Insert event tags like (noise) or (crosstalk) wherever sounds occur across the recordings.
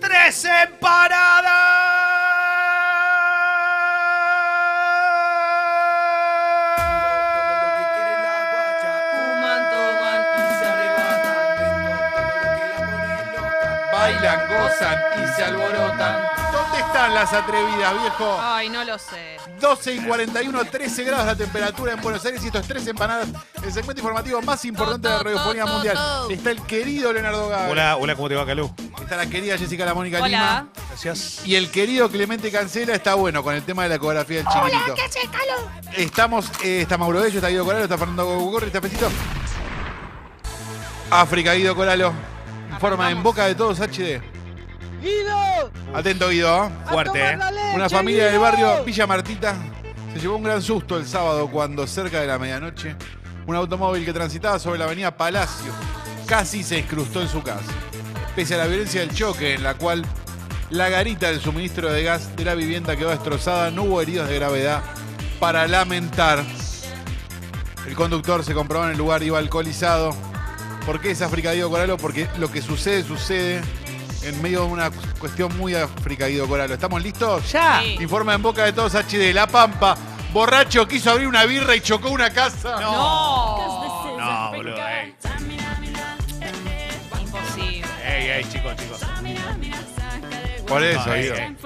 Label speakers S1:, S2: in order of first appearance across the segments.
S1: ¡Tres en parada!
S2: Fuman, toman y se arrebatan. Bailan, gozan y se alborotan.
S1: ¿Dónde están las atrevidas, viejo?
S3: Ay, no lo sé.
S1: 12 y 41, 13 grados la temperatura en Buenos Aires y estos tres empanadas. El segmento informativo más importante de la radiofonía mundial. Está el querido Leonardo Gávez.
S4: Hola, hola, ¿cómo te va, Calú?
S1: Está la querida Jessica La Mónica
S3: Hola.
S1: Lima.
S4: Gracias.
S1: Y el querido Clemente Cancela está bueno con el tema de la ecografía del chiquitito. Estamos, eh, está Mauro Bello, está Guido Coralo, está Fernando Gugurri, está Pesito. África, Guido Coralo. Forma en boca de todos HD.
S5: ¡Guido!
S1: Atento, Guido. ¿eh?
S4: Fuerte,
S5: tomar
S4: ¿eh?
S5: la leche,
S1: Una familia del
S5: Guido.
S1: barrio Villa Martita se llevó un gran susto el sábado cuando cerca de la medianoche un automóvil que transitaba sobre la avenida Palacio casi se incrustó en su casa. Pese a la violencia del choque en la cual la garita del suministro de gas de la vivienda quedó destrozada, no hubo heridos de gravedad para lamentar. El conductor se comprobó en el lugar, iba alcoholizado. ¿Por qué es africadido Coralo? Porque lo que sucede, sucede en medio de una cuestión muy africadido Coralo. ¿Estamos listos?
S4: Ya.
S3: Sí.
S1: Informa en boca de todos HD, La Pampa. Borracho quiso abrir una birra y chocó una casa.
S3: No.
S4: No, boludo,
S1: eh.
S4: ey.
S3: Imposible.
S4: Ey, ey, chicos, chicos.
S1: Por eso,
S4: No,
S1: digo.
S4: eh,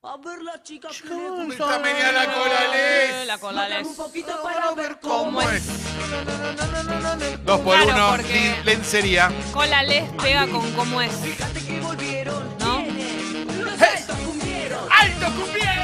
S5: A ver la chica que
S1: Está media la
S3: Eh,
S1: colales.
S3: La cola les.
S5: un poquito para ver
S3: ¿Cómo
S5: cómo es.
S3: es?
S1: Dos por
S3: Claro,
S1: uno,
S3: porque-
S1: lin- lencería.
S3: Cola les pega con cómo es.
S5: Fíjate que volvieron.
S3: ¿No?
S5: ¿No? Los altos cumbieron.
S4: ¡Alto cumbiero!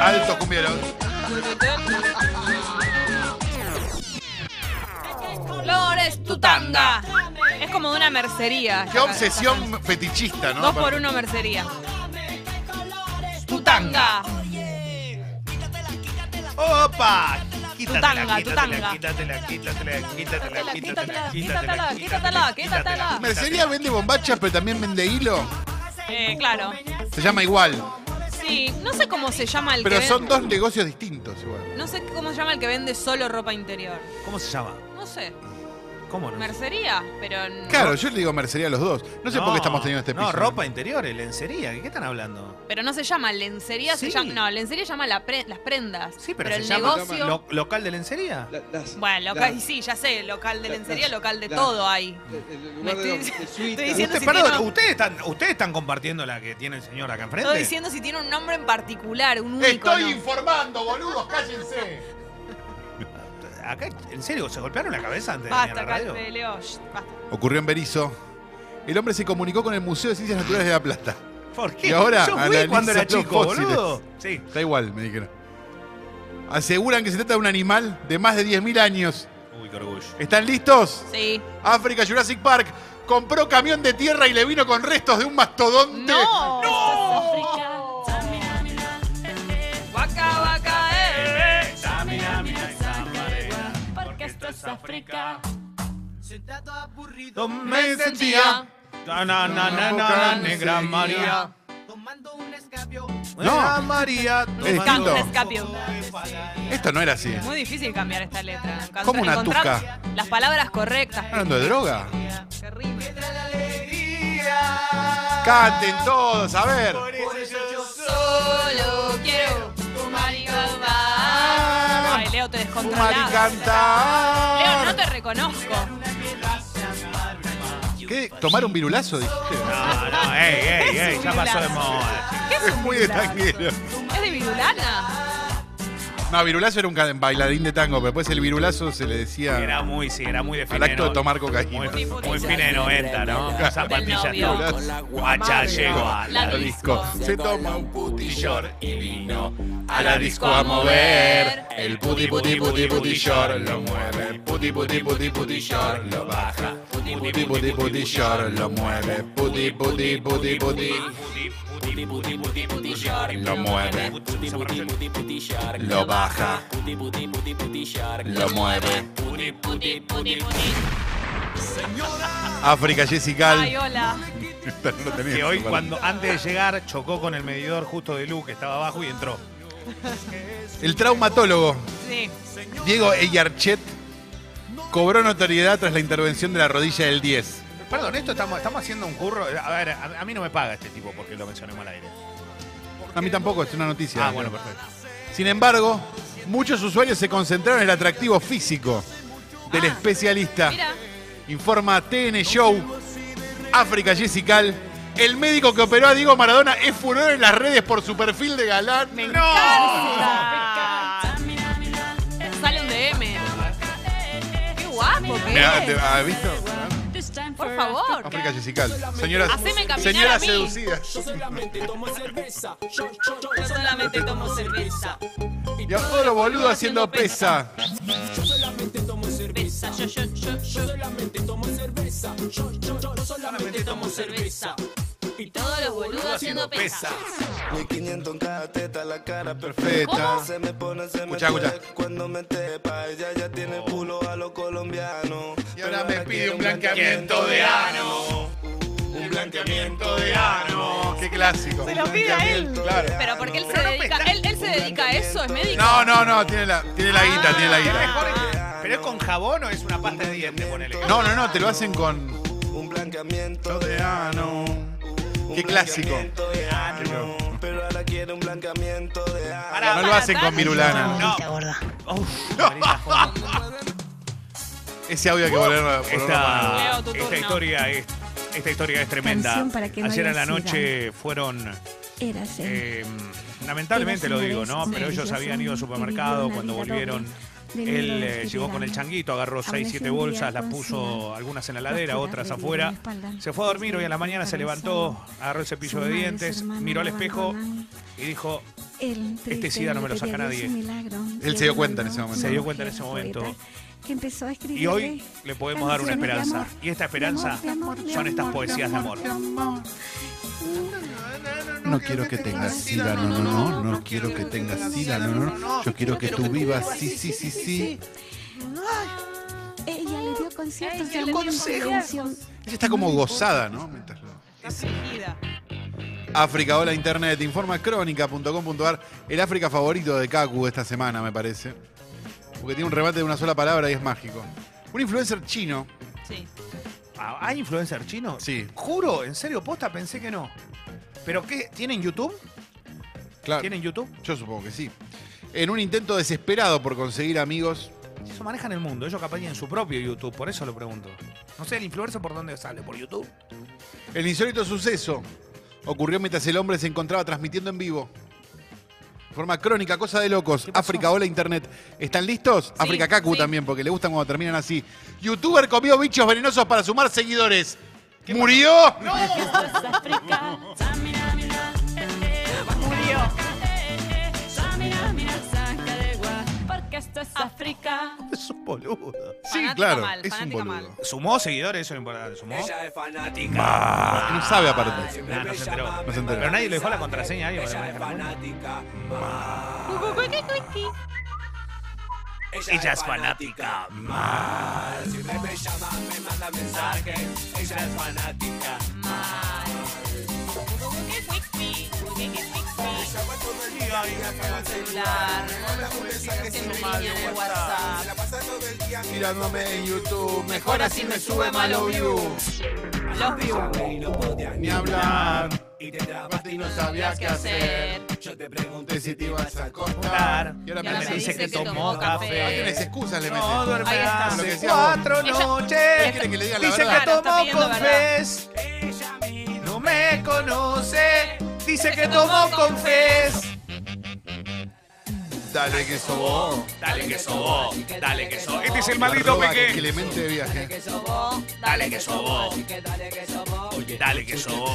S1: Alto cumbieros.
S3: Flores, tu tanda. Es como de una mercería.
S1: Qué obsesión fetichista, ¿no?
S3: Dos por uno mercería. Tu tanga.
S4: ¡Opa! Quítatela,
S3: tanga, tu
S4: quítatela,
S3: tanga.
S4: quítatela, quítatela, quítatela, quítatela,
S3: Quítatela, quítatela, quítatela, quítatela.
S1: Mercería vende bombachas, pero también vende hilo.
S3: Eh, claro.
S1: Se llama igual.
S3: Sí, no sé cómo se llama el
S1: Pero
S3: que
S1: son
S3: vende-
S1: dos negocios distintos igual.
S3: No sé cómo se llama el que vende solo ropa interior.
S4: ¿Cómo se llama?
S3: No sé.
S4: ¿Cómo no?
S3: Mercería, pero n-
S1: Claro, yo le digo mercería a los dos. No sé por qué estamos teniendo este piso.
S4: No, ropa interior, lencería. ¿De qué están hablando?
S3: pero no se llama lencería, se
S4: Sí.
S3: llama no, lencería llama la pre- las prendas.
S4: Sí, pero,
S3: el
S4: se llama
S3: negocio
S4: lo- local de lencería.
S6: La- las-
S3: Bueno,
S6: la-
S3: local, y sí, ya sé, local de
S6: la-
S3: lencería,
S6: la-
S3: local de
S6: la-
S3: todo hay.
S6: el- el
S3: Me
S6: lugar de
S3: estoy,
S6: los- de
S3: estoy
S6: suitas.
S3: diciendo
S4: Usted-
S3: si
S4: perdón,
S3: tiene un-
S4: ustedes están, ustedes están compartiendo la que tiene el señor acá enfrente.
S3: estoy diciendo si tiene un nombre en particular, un único.
S1: Estoy
S3: ¿no?
S1: informando, boludos, cállense.
S4: Acá, en serio, se golpearon la cabeza antes de venir
S3: Basta,
S4: a la radio.
S3: Calpe, Leo. shh, basta.
S1: Ocurrió en Berizo. El hombre se comunicó con el Museo de Ciencias Naturales de La Plata.
S4: ¿Por qué?
S1: Y ahora
S4: Yo fui
S1: analiza
S4: cuando era
S1: los
S4: chico,
S1: fósiles.
S4: boludo. Sí.
S1: Está igual, me dijeron. Aseguran que se trata de un animal de más de 10.000 años.
S4: Uy, qué orgullo.
S1: ¿Están listos?
S3: Sí.
S1: África Jurassic Park compró camión de tierra y le vino con restos de un mastodonte.
S3: No. Vaca, vaca, eh.
S4: Me sentía na, na, na, na, na, negra María.
S5: Tomando un escabio.
S4: Negra María. tomando
S1: distinto.
S4: un
S3: Escapio.
S4: poco de
S1: Esto no era así.
S3: Muy difícil cambiar esta letra. Encontrar-
S1: Como una
S3: encontrar Las palabras correctas.
S1: Hablando de droga.
S3: Qué rime.
S4: alegría.
S1: Canten todos, a ver.
S4: Por eso yo soy-
S3: Solo quiero fumar y
S1: Ah.
S3: cantar. Ay, Leo, te
S1: Fumar y
S3: descontrolás. Leo, no
S1: cantar.
S3: te reconozco.
S1: ¿Qué? ¿Tomar un virulazo? dijiste?
S4: No, no, ey, ey, ey, ya pasó de moda.
S3: ¿Qué es
S1: Es
S3: un
S1: muy de tanguero.
S3: virulazo? ¿Es de virulana?
S1: No, virulazo era un ca- bailarín de tango, pero después el virulazo se le
S4: chico.
S1: decía
S4: Era muy, sí, era muy de
S1: al
S4: fines
S1: acto de tomar cocaína.
S4: Muy, muy fines de 90, ¿no? Zapatillas,
S3: novio.
S4: no. Guacha llegó a la
S3: La
S4: disco.
S3: disco.
S1: Se toma un putillor.
S4: y vino
S1: A la disco a mover, el puti puti puti puti short lo mueve, puti puti puti puti short lo baja, puti puti puti puti short lo mueve, puti puti puti puti lo mueve, lo baja, lo mueve. África
S3: Ay,
S1: Jessica,
S3: hola.
S1: (laughs)
S4: Que hoy, cuando antes de llegar, chocó con el medidor justo de luz que estaba abajo y entró.
S1: el traumatólogo
S3: Sí.
S1: Diego Eyarchet cobró notoriedad tras la intervención de la rodilla del 10.
S4: Perdón, esto estamos, estamos haciendo un curro. A ver, a, a mí no me paga este tipo porque lo mencionemos al aire.
S1: A mí tampoco, es una noticia.
S4: Ah, bueno, perfecto.
S1: Sin embargo, muchos usuarios se concentraron en el atractivo físico del
S3: Ah,
S1: especialista.
S3: Mira,
S1: Informa TN Show, África Jessical. El médico que operó a Diego Maradona es furor en las redes por su perfil de galán.
S3: sale un DM. Qué guapo que
S1: Mirá,
S3: es.
S1: ¿te- ¿Has visto?
S3: Por favor.
S1: África Jessical. Señoras,
S3: Haceme caminar a
S1: señoras
S3: mí.
S1: seducidas.
S5: Yo solamente tomo cerveza.
S1: Y a otro boludo haciendo pesa.
S3: Cerveza, yo, yo, yo, yo.
S5: Solamente tomo cerveza.
S3: Y todos los boludos haciendo pesa.
S6: 1500 en cada teta, la cara
S1: Perfecta.
S6: perfecta. Se me pone, se me
S1: Escuchá,
S6: pone
S1: escuchá.
S6: cuando me tepa. Ella ya tiene culo a los colombianos.
S1: Y ahora
S6: Pero
S1: me pide
S6: quiere
S1: un blanqueamiento de ano.
S6: Un blanqueamiento
S1: de ano. Qué clásico.
S7: Se lo pide a él.
S1: Claro.
S3: Pero porque él se dedica, él, él se dedica a eso, es médico.
S1: No, no, no, tiene la, tiene la guita, tiene la
S4: Ah, Es
S1: guita.
S4: mejor- ¿Pero es con jabón o es una pasta de dientes? Ponele.
S1: No, no, no, te lo hacen con.
S6: Un blanqueamiento de
S1: de ano. Qué clásico.
S6: blanqueamiento de ano. Pero ahora quiere un blanqueamiento de ano.
S1: No lo hacen con virulana.
S4: No. (laughs)
S1: Ese audio hay que volverlo a volverlo a poner.
S4: Esta,
S3: Leo, tu
S4: esta
S3: turno.
S4: historia es, esta historia es tremenda.
S8: Canción para que no
S4: Ayer a
S8: haya
S4: la
S8: sida.
S4: noche fueron,
S8: Érase.
S4: eh, lamentablemente
S8: Érase
S4: lo
S8: una
S4: digo,
S8: vez
S4: ¿no?
S8: un
S4: Pero ellos
S8: maravilloso
S4: habían ido al
S8: hombre que
S4: supermercado,
S8: vivió una
S4: cuando
S8: vida
S4: volvieron,
S8: doble, de
S4: él
S8: miedo
S4: eh, llegó con el
S8: desesperada.
S4: changuito, agarró
S8: Aborreció
S4: 6, 7
S8: un día
S4: bolsas, las
S8: con
S4: puso
S8: ansiedad,
S4: algunas en la ladera,
S8: bastura,
S4: otras
S8: revolvió
S4: afuera,
S8: la espalda,
S4: se fue a dormir, hoy a la mañana se
S8: descansando.
S4: levantó, agarró el cepillo
S8: Su
S4: de
S8: madre, su
S4: dientes,
S8: hermano
S4: miró al
S8: lo
S4: espejo
S8: abandonaron.
S4: y dijo,
S8: Este SIDA no me lo saca nadie.
S1: Él se dio cuenta en ese momento.
S8: Se dio cuenta en ese momento. Que empezó a escribir.
S4: y hoy le podemos dar una esperanza. Y esta esperanza son estas poesías de amor.
S1: No quiero que tengas sida, no, no, no. No quiero que tengas sida, no, no, no. Yo quiero que tú vivas, sí, sí, sí, sí.
S8: Ella le dio conciertos
S3: Ella le dio consejos.
S1: Ella está como gozada, ¿no? Mientras lo- África, hola internet, informa crónica.com.ar. El África favorito de Kaku de esta semana, me parece. Porque tiene un remate de una sola palabra y es mágico. Un influencer chino.
S3: Sí.
S4: Ah, ¿Hay influencer chino?
S1: Sí.
S4: Juro, en serio, posta, pensé que no. ¿Pero qué? ¿Tienen YouTube?
S1: Claro.
S4: ¿Tienen YouTube?
S1: Yo supongo que sí. En un intento desesperado por conseguir amigos,
S4: Eso manejan el mundo. Ellos capaz tienen su propio YouTube, por eso lo pregunto. No sé, el influencer por dónde sale, por YouTube.
S1: el insólito suceso ocurrió mientras el hombre se encontraba transmitiendo en vivo. De Forma crónica, cosa de locos. África, hola internet. ¿Están listos? África Kaku
S3: sí.
S1: también, porque le gustan cuando terminan así. Youtuber comió bichos venenosos para sumar seguidores. ¿Murió?
S3: Porque esto es África.
S4: Es un boludo.
S1: Sí,
S3: Fanática
S1: claro.
S3: mal,
S1: es un
S3: fanática
S1: boludo.
S3: mal.
S4: ¿Sumó seguidores? Eso es importante. ¿Sumó?
S1: Ah, No sabe aparte.
S4: Nah, no se enteró.
S1: No se enteró.
S4: Pero nadie le dejó la contraseña a alguien. porque manejan el mundo. Ella es fanática.
S1: Mirándome en YouTube.
S3: Mejor así me sube más los views. Los views.
S1: Ni hablar.
S6: Y te trabaste y no
S3: Sabías qué hacer.
S6: Yo te pregunté
S1: Te si te ibas a
S4: Claro.
S1: acostar. Y ahora
S3: Y ahora
S1: me dice que
S3: tomó
S4: tomó
S3: café.
S4: café.
S1: tienes excusas, le
S4: No,
S1: meten.
S4: duerme
S3: Ahí está.
S4: hace
S1: Lo que decías vos.
S4: cuatro
S3: Ella-
S4: noches.
S1: ¿Quiere que le diga la
S4: Eh, Dice
S1: verdad?
S4: que
S3: Claro, está
S4: tomó
S3: pidiendo
S4: con
S3: verdad.
S4: Fes. No me conoce. Dice que tomó con Fes.
S1: Dale que sobó.
S4: Dale que sobó. Dale que sobó. Este es el
S1: Arroba que le mente de viaje.
S4: Dale que sobó. Dale que sobó.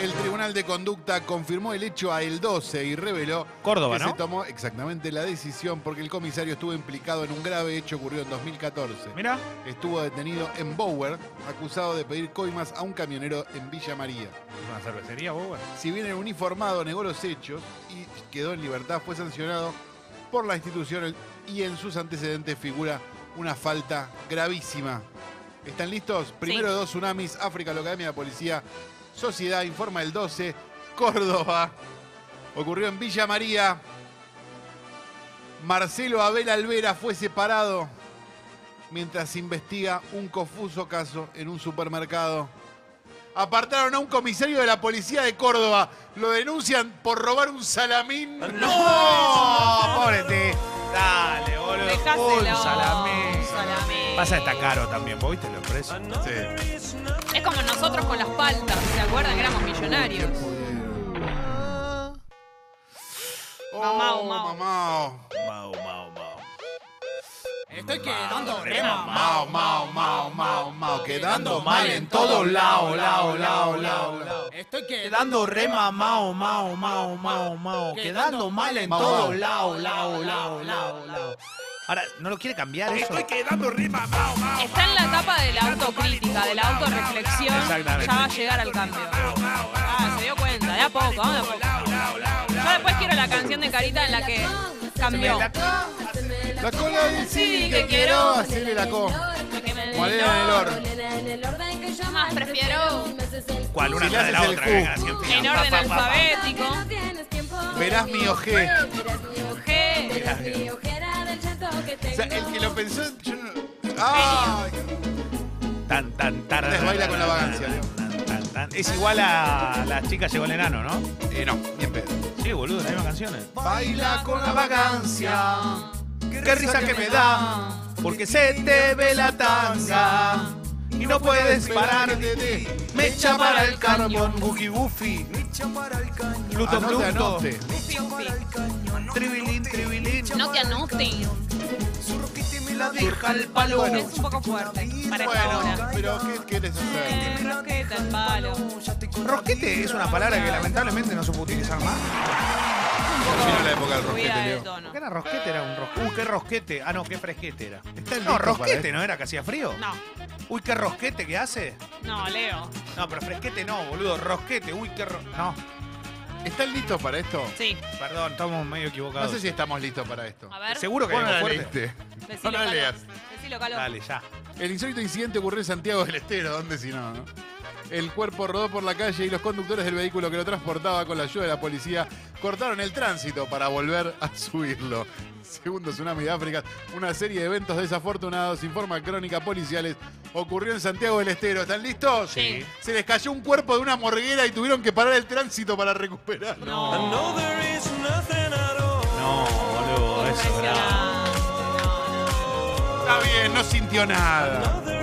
S1: El Tribunal de Conducta confirmó el hecho a el 12 y reveló
S4: Córdoba,
S1: que
S4: ¿no?
S1: se tomó exactamente la decisión porque el comisario estuvo implicado en un grave hecho ocurrido en 2014.
S4: Mira.
S1: Estuvo detenido en Bower, acusado de pedir coimas a un camionero en Villa María.
S4: Una cervecería, vos, bueno.
S1: Si bien el uniformado negó los hechos y quedó en libertad, fue sancionado por la institución y en sus antecedentes figura una falta gravísima. ¿Están listos? Primero de dos tsunamis, África, la Academia de Policía, Sociedad, Informa el 12, Córdoba. Ocurrió en Villa María. Marcelo Abel Alvera fue separado mientras investiga un confuso caso en un supermercado. Apartaron a un comisario de la policía de Córdoba. Lo denuncian por robar un salamín.
S4: (laughs) ¡No! Pobre ti. Dale, boludo.
S3: Dejáselo.
S4: Un salamín.
S3: Salamín.
S4: Pasa está caro también, ¿vos viste los precios?
S1: Sí.
S3: Es como nosotros con las paltas, ¿se acuerdan? Que éramos millonarios.
S1: Oh,
S3: Mamao, mao.
S1: mamao.
S4: Mau, mau, mau.
S5: Estoy quedando
S1: Mao, mao, mao, mao, mao. Quedando mal en todos lados, lao, lao, lao, lao.
S5: Estoy
S2: Quedando
S5: quedando
S2: rema, mao, mao, mao, mao, mao. Quedando mal en
S1: Mao, mao.
S2: todos lados, lao, lao, lao, lao.
S4: Ahora, ¿no lo quiere cambiar eso?
S3: Está en la etapa de la autocrítica, de la autorreflexión.
S4: Exactamente.
S3: Ya va a llegar al cambio. Ah, se dio cuenta, de a poco, vamos de a poco. Yo después quiero la canción de Carita en la que cambió.
S1: La cola del sí que quiero hacerle la co. ¿Cuál era el orden?
S3: Yo más prefiero
S4: ¿Cuál? Una
S1: Si le
S4: atrás de la
S1: haces el
S4: otra.
S1: Q.
S4: que haga siempre.
S3: en
S4: Pa,
S3: orden
S4: pa, pa, pa.
S3: alfabético.
S1: Verás mi ojé.
S3: G.
S1: O sea, el que lo pensó. Yo no... ¡Ah!
S4: Tan, tan, tan.
S1: Les baila con la vagancia, Leo.
S4: Tan, tan, tan. Es igual a Las chicas llegó el enano, ¿no?
S1: Eh, no, bien pedo.
S4: Sí, boludo, las mismas canciones.
S1: Baila con la vacancia.
S4: Qué risa que me da, porque se te ve la tanga y no puedes parar.
S1: ti.
S4: Me echa para el carbón, boogie buffy. Pluto,
S1: Anote,
S4: pluto.
S1: anote.
S3: Ufi, ufi.
S4: Tribilín, tribilín.
S3: No te anoten.
S4: La deja al palo.
S3: Es un poco fuerte para esta
S1: Bueno,
S3: hora.
S1: pero ¿qué quieres hacer?
S3: Eh, Rosqueta, el palo.
S4: Rosquete es una palabra que lamentablemente no se puede utilizar más.
S1: Vino la época del
S3: Subida
S1: rosquete,
S3: de
S1: Leo.
S3: tono.
S4: ¿Qué era rosquete? Era un rosquete. Uy, qué rosquete. Ah, no, qué fresquete era.
S1: listo
S4: No,
S1: para
S4: rosquete no era que hacía frío.
S3: No,
S4: Uy, qué rosquete que hace.
S3: no, Leo.
S4: No, pero fresquete no, boludo. Rosquete. Uy, qué ro... No,
S1: ¿Están listos para esto?
S3: Sí,
S4: perdón, estamos medio
S1: No
S4: equivocados.
S1: sé si estamos listos para esto.
S3: a ver.
S4: Seguro que
S1: Vos no
S4: venimos
S1: la
S4: fuerte.
S1: leíste. no
S3: Decilo,
S1: la
S3: Calo.
S1: leas.
S3: Decilo, Calo.
S4: Dale, ya.
S1: El insólito incidente ocurrió en Santiago del Estero, ¿dónde si no? no? El cuerpo rodó por la calle y los conductores del vehículo que lo transportaba con la ayuda de la policía cortaron el tránsito para volver a subirlo. Segundo Tsunami de África, una serie de eventos desafortunados, informa Crónica Policiales, ocurrió en Santiago del Estero. ¿Están listos?
S3: Sí.
S1: Se les cayó un cuerpo de una morguera y tuvieron que parar el tránsito para recuperarlo.
S3: No.
S4: No, boludo, eso, bravo.
S3: Impresionante. No, no.
S1: Está bien, no sintió nada.